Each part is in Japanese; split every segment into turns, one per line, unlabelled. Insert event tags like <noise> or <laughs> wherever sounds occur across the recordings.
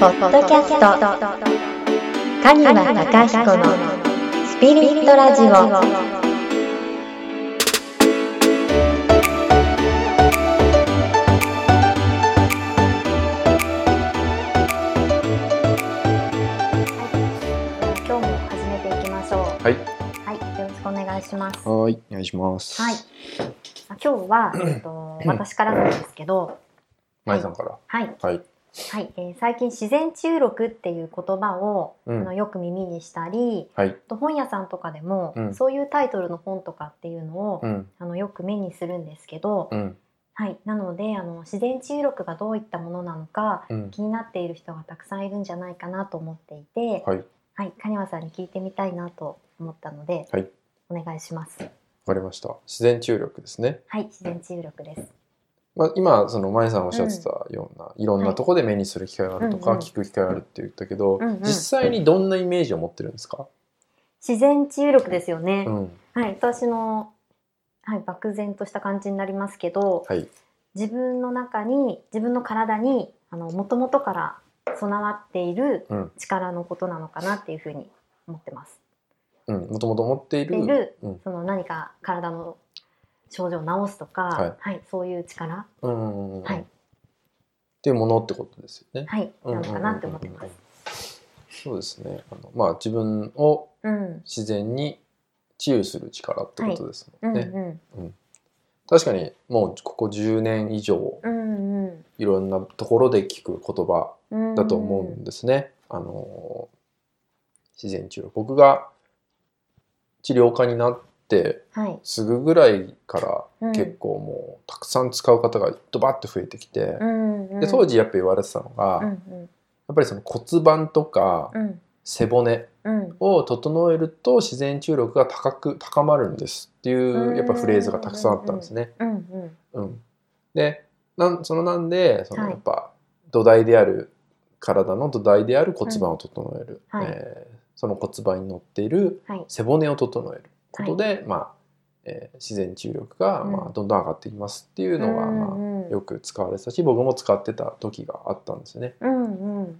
ポッドキャストカニワ中彦のスピリットラジオ今日も始めていきましょう
はい。
はいよろしくお願いしますは
はい、お願いします。
い。あ今日は、えっと、私からなんですけど
まいさんから。
はい
はい。
はい、えー最近自然治癒録っていう言葉を、
うん
あのよく耳にしたり
はい。
あと本屋さんとかでも、
うん
そういうタイトルの本とかっていうのを、
うん。
あのよく目にするんですけど、
うん。
はい、なのであの自然治癒録がどういったものなのか
うん。
気になっている人がたくさんいるんじゃないかなと思っていて、
はい。わ
はい、金輪さんに聞いてみたいなと思ったので、
はい
お願いします。
かりました。自然注力ですね。
はい、自然治癒力です。
まあ、今、その、まいさんがおっしゃってたような、いろんなとこで目にする機会があるとか、
はいうんうん
聞く機会があるって言ったけど、
うんうん
実際にどんなイメージを持ってるんですか、
自然治癒力ですよね。
うん。
はい、私のはい漠然とした感じになりますけど、
はい。
自分の中に自分の体にあの元々から備わっている
うん
力のことなのかなっていうふうに思ってます。
うん。もともと持っている。
いる
うん。
その何か体の症状を治すとか、は、
はい
そういう力、
うんうんうん。
はい
っていうものってことですよね。
はい、
う
なん
う
の
んうんうん
かなって思ってます。
そうですね。あのまあ、自分を
うん、
自然に治癒する力ってことです
う
もん
ん、
ね。
うん、
確かにもうここ10年以上
うん、うん
いろんなところで聞く言葉
うん、
だと思うんですね。あの自然治療僕が治療家になって
はい、
すぐぐらいか
うん
ら結構もうたくさん使う方がドバッと増えてきて、
うん、うん、
で当時やっぱ言われてたのが、
うん、
や
うん、
っぱりその骨盤とか
うん、
背骨
うん、
を整えると自然治癒力が高く高まるんですっていうやっぱフレーズがたくさんあったんですね。
うん、うん、
うん、でなんそのなんでそ
は
の
い
やっぱ土台である体の土台である骨盤を整える、
はい
えーその骨盤に乗っている
はい、
背骨を整えることで、まあえー自然治癒力が、
うん
まあ、どんどん上がっていきますっていうのが、ま
んん
あ、よく使われてたし僕も使ってた時があったんですね
うん、うん、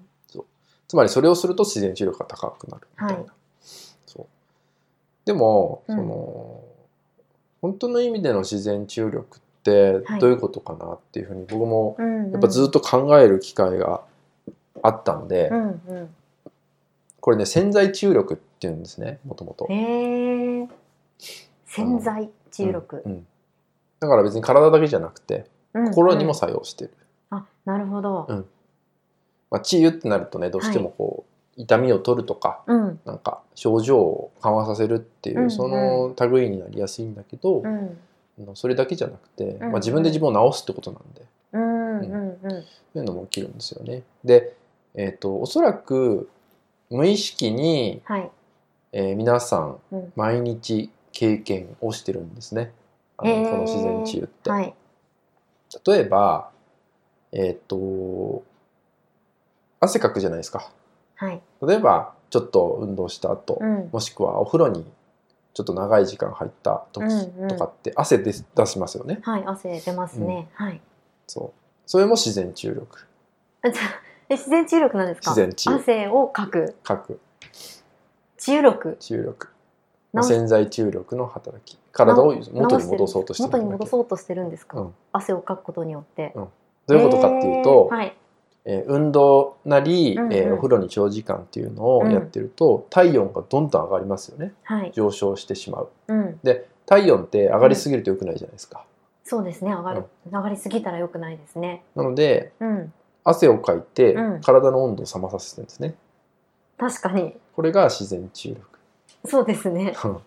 つまりそれをすると自然治癒力が高くなるみたいな、
はい
そうでも、
うん
その本当の意味での自然治癒力って
はい
どういうことかなっていうふうに僕も、
うん、うん
やっぱずっと考える機会があったんで、
うん、うん、
これね潜在注力っていうんですねもともと。
へえ、潜在治癒力
う、んうんだから別に体だけじゃなくて
うんうん
心にも作用してる。
あ、なるほど
う、んまあ、治癒ってなるとねどうしてもこう、痛みを取るとか
うん、
なんか症状を緩和させるっていう、
うんうん
その類になりやすいんだけど、
うん、
あのそれだけじゃなくて、
うん
まあ、自分で自分を治すってことなんで
うん、うん、うん、
そういうのも起きるんですよね。で、えー、とおそらく無意識に、
はい、
えー皆さん
うん、
毎日経験をしてるんですね。あ
へ
の
ー
この自然治癒って。
はい、
例えば、えっ、と、汗かくじゃないですか。
はい、
例えば、ちょっと運動した後、
うん、
もしくはお風呂にちょっと長い時間入った時
うんうん
とかって汗で出しますよね。
はい、汗出ますね。はい。
そう。それも自然治癒力。
あじゃあえ自然治癒力なんですか。
自然治癒
汗をかく
かく、
治癒力。
治癒力。
直し
潜在治癒力の働き。体を元に戻そうとしてるん
元に
だけ
戻そうとしてるんですか。
うん
汗をかくことによって。
どういうことかっていうと、
へーはい。
えー運動なり、
うんうん
えーお風呂に長時間っていうのをやってると、体温がどんどん上がりますよね
はい。
上昇してしまう
うん。
体温って上がりすぎると良くないじゃないですか、
そうですね。上がる、上がりすぎたら良くないですね。
なので
うん。
汗をかいて
うん
体の温度を冷まさせてるんですね
確かに。
これが自然治癒
そうですね。
力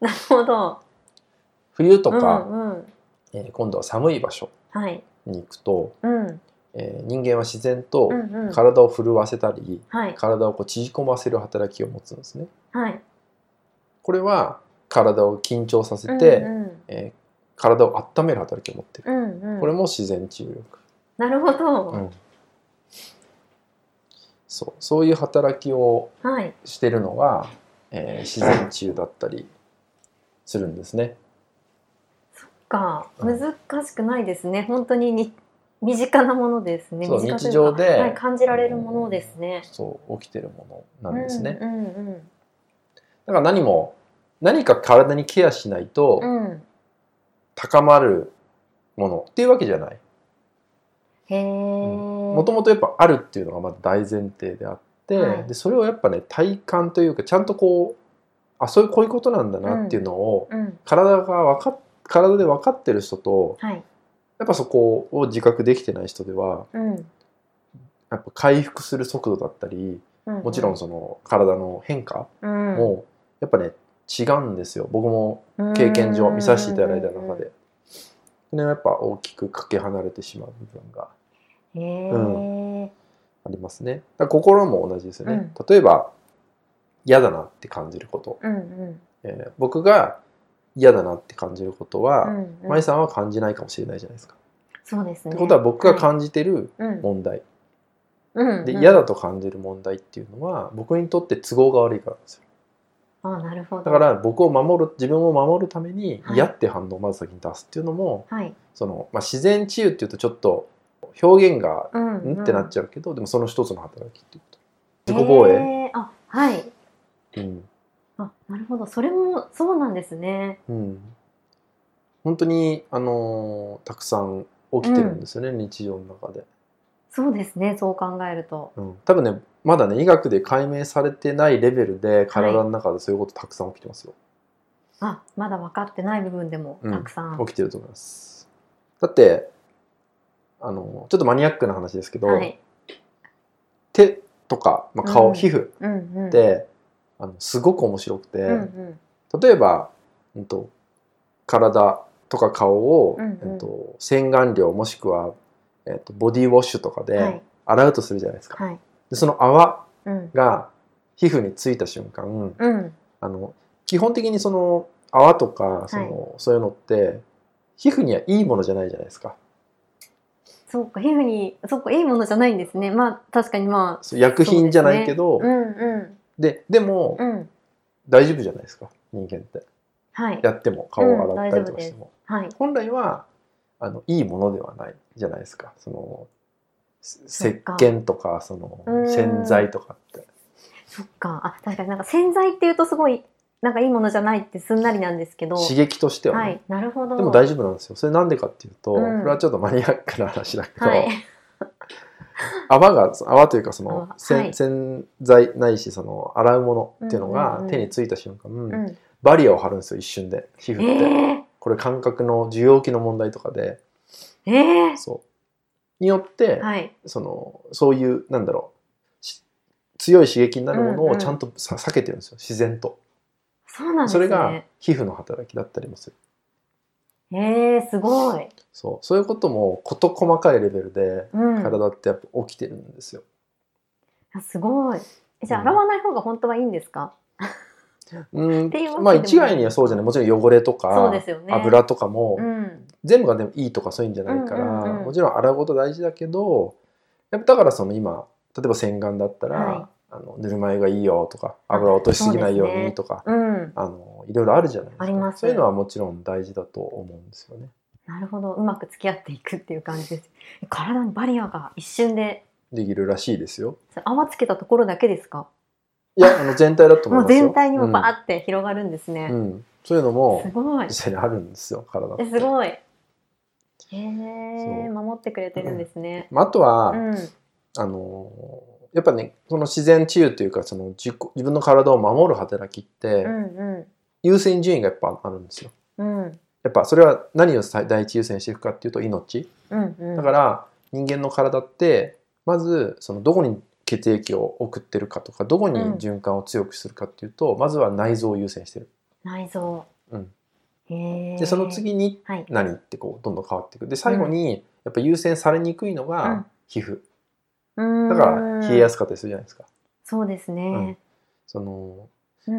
なるほど。
<laughs> 冬と
う
か、
んうん。
えー今度は寒い場所
はい。
に行くと、
うん。
えー人間は自然と
うんうん。
体を震わせたり
はい。
体をこう縮こませる働きを持つんですね
はい。
これは体を緊張させて、
うん
えー体を温める働きを持ってる
うん。うんうん。
これも自然治癒力、
なるほど。
そうそういう働きを
はい。
してるのが、えー自然治癒だったりするんですね。
か
うん
難しくないですね。本当にに身近なものですね。
そう
身近といか
日常で
はい、感じられるものですね。
そう起きてるものなんですね、だ
うんうん
から何も何か体にケアしないと
うん。うん。
高まるものっていうわけじゃない
へえ。
もともとやっぱあるっていうのがまず大前提であって、
はい
でそれをやっぱね体感というかちゃんとこうあそういうこういうことなんだなっていうのを、
うん。
体がわかっ体で分かってる人と
はい。
やっぱそこを自覚できてない人では
うん。
やっぱ回復する速度だったり
うん。
もちろんその体の変化
うん、
もやっぱね違うんですよ僕も経験上見させていただいた
うんうん
中
うんうん
で。それはやっぱ大きくかけ離れてしまう部分が
へえ、
ありますね。だから心も同じですよね。
うん
例えば嫌だなって感じること、
うんうん
えー僕が嫌だなって感じること
う
は、
んうん
まいさんは感じないかもしれないじゃないですか。
そうですね。
ってことは僕が感じてる
うん
問題、
うん
で
うん
嫌だと感じる問題っていうのは僕にとって都合が悪いからなんですよ。
あなるほど。
だから僕を守る自分を守るために
はい
嫌って反応をまず先に出すっていうのも、
はい。
そのまあ、自然治癒っていうとちょっと表現が
うん、
んってなっちゃうけど、でもその一つの働きっていうこと。
へ
自
え
己防衛、
あはい。
うん
あなるほど。それもそうなんですね。
うん、本当に、あのーたくさん起きてるんですよね、日常の中で、
そうですね。そう考えると。
うん、多分ねまだね医学で解明されてないレベルで体の中でそういうことたくさん起きてますよ、
あまだ分かってない部分でも
うん
たくさん。
起きてると思いますだってあのーちょっとマニアックな話ですけど、
はい。
手とか、まあ、顔、
うん
皮膚っ
うんうん。、
てあのすごく面白くて、
うんうん。
例えば、うん、と体とか顔を、
うんうん
えっと、洗顔料もしくは、えっと、ボディウォッシュとか
は
で
い
洗うとするじゃないですか、
はい。
でその泡
うん
が皮膚についた瞬間
うん
あの基本的にその泡とかその、そういうのって皮膚にはいいものじゃないじゃないですか
そうか皮膚にそうかいいものじゃないんですね。まあ確かにまあ
そう薬品じゃないけど
う,、うん
で,、でも、
うんうん
大丈夫じゃないですか人間って
はい
やっても顔を洗ったりと
うん大丈夫
か
で
し
す
ても、
はい
本来はあのいいものではないじゃないですかそのせ
そっ
石
か
鹸とかその
うん
洗剤とかって
そっかあ確かになんか洗剤っていうとすごいなんかいいものじゃないってすんなりなんですけど。
刺激としてはね、
はいなるほど。
でも大丈夫なんですよそれなんでかっていうと、
うん
これはちょっとマニアックな話だけど、
はい。
泡が泡というかその
泡、
洗
はい
洗剤ないしその洗うものっていう
う
の
んうん
が
うん
手についた瞬間、
うん
バリアを張るんですよ一瞬で皮膚って、
え
これ感覚の受容器の問題とかで
ええ
そうによって、
えはい。
そのそういうなんだろうし強い刺激になるもの
うんう
を
ん
ちゃんとさ避けてるんですよ自然と
そうなんですね。
それが皮膚の働きだったりもする
ええすごい。
そうそういうことも事細かいレベルで
うん。
体ってやっぱ起きてるんですよ、
あすごい。じゃあ洗わない方が本当はいいんですか？
うん
っていうわけでもない
まあ一概にはそうじゃないもちろん汚れと
そう
か、
ですよね。
油とかも、
うん。
全部がでもいいとかそういうんじゃないから、
うんうんうん
もちろん洗うこと大事だけどやっぱだからその今例えば洗顔だったら、
はい
あのぬるま湯がいいよとか油落としすぎないようにとか、
うん。
あのいろいろあるじゃないですか
あります
そういうのはもちろん大事だと思うんですよね
なるほど。うまく付き合っていくっていう感じです。体にバリアが一瞬で
できるらしいですよ
それ泡つけたところだけですか？
いやあの全体だと思い
もう
ますよ
全体にもバーって広がるんですね
う。ん、うんそういうの
す <laughs>
も
ごい
実。際にあるんですよ体って
えすごい。へえ
そう
守ってくれてるんですね。
まあ、あとは、
うん。
あのやっぱねその自然治癒というかその自己自分の体を守る働きって、
うん
優先順位がやっぱあるんですよ
うん。うん。
やっぱそれは何を最第一優先していくかっていうと命
うんうん。
だから人間の体ってまずそのどこに血液を送ってるかとかどこに
うん
循環を強くするかっていうと、まずは内臓を優先してる
内臓。
うん
へえ。
でその次に
はい。
何ってこうどんどん変わっていくで最後にやっぱ優先されにくいの
うん
が皮膚、
だ
だから冷えやすかったりするじゃないですか、
そうですね。
そ
うん
の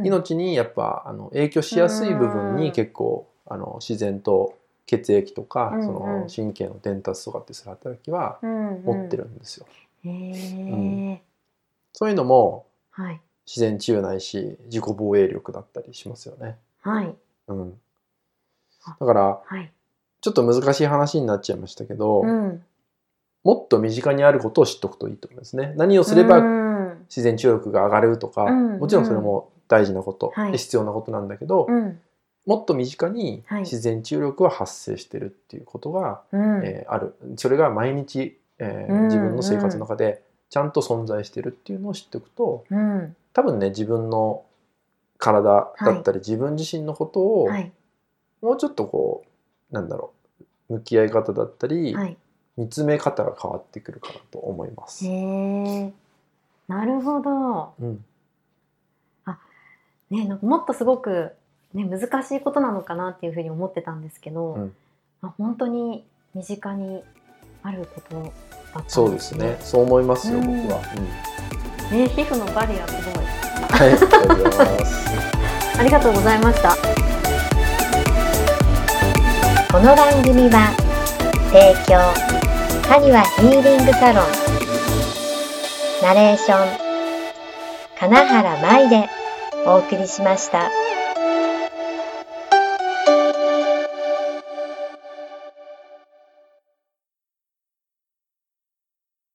命にやっぱあの影響しやすい部分
うん
に結構あの自然と血液とか
うんうん
その神経の伝達とかってする働きは持って。るんですよ、
うんうん
ん
へえ。
そういうのも
はい。
自然治癒ないし自己防衛力だったりしますよね。
はい。
うん、だから
はい。
ちょっと難しい話になっちゃいましたけど、
うん。
もっと身近にあることを知っておくといいと思いますね。何をすれば
うん
自然治癒力が上がるとか、
うん
もちろんそれも大事なこと、
うんはい
必要なことなんだけど、
うん
もっと身近に
はい
自然治癒力は発生してるっていうことが、
うん
えーあるそれが毎日、えー
うん
自分の生活の中でちゃんと存在してるっていうのを知っておくと
うん
多分ね自分の体だったり自分自身のことを
はい
もうちょっとこうなんだろう向き合い方だったり、
はい
見つめ方が変わってくるかなと思います。
へえなるほど
うん
ねなんかもっとすごく、ね、難しいことなのかなっていうふうに思ってたんですけど、
うん
あ本当に身近にあることだったんです
そうですね。そう思いますよ、
うん
僕は。うん
ね皮膚のバリアすごい
はい、ありがとうございます。
ありがとうございました
この番組は提供カニワヒーリングサロンナレーション金原舞でお送りしました。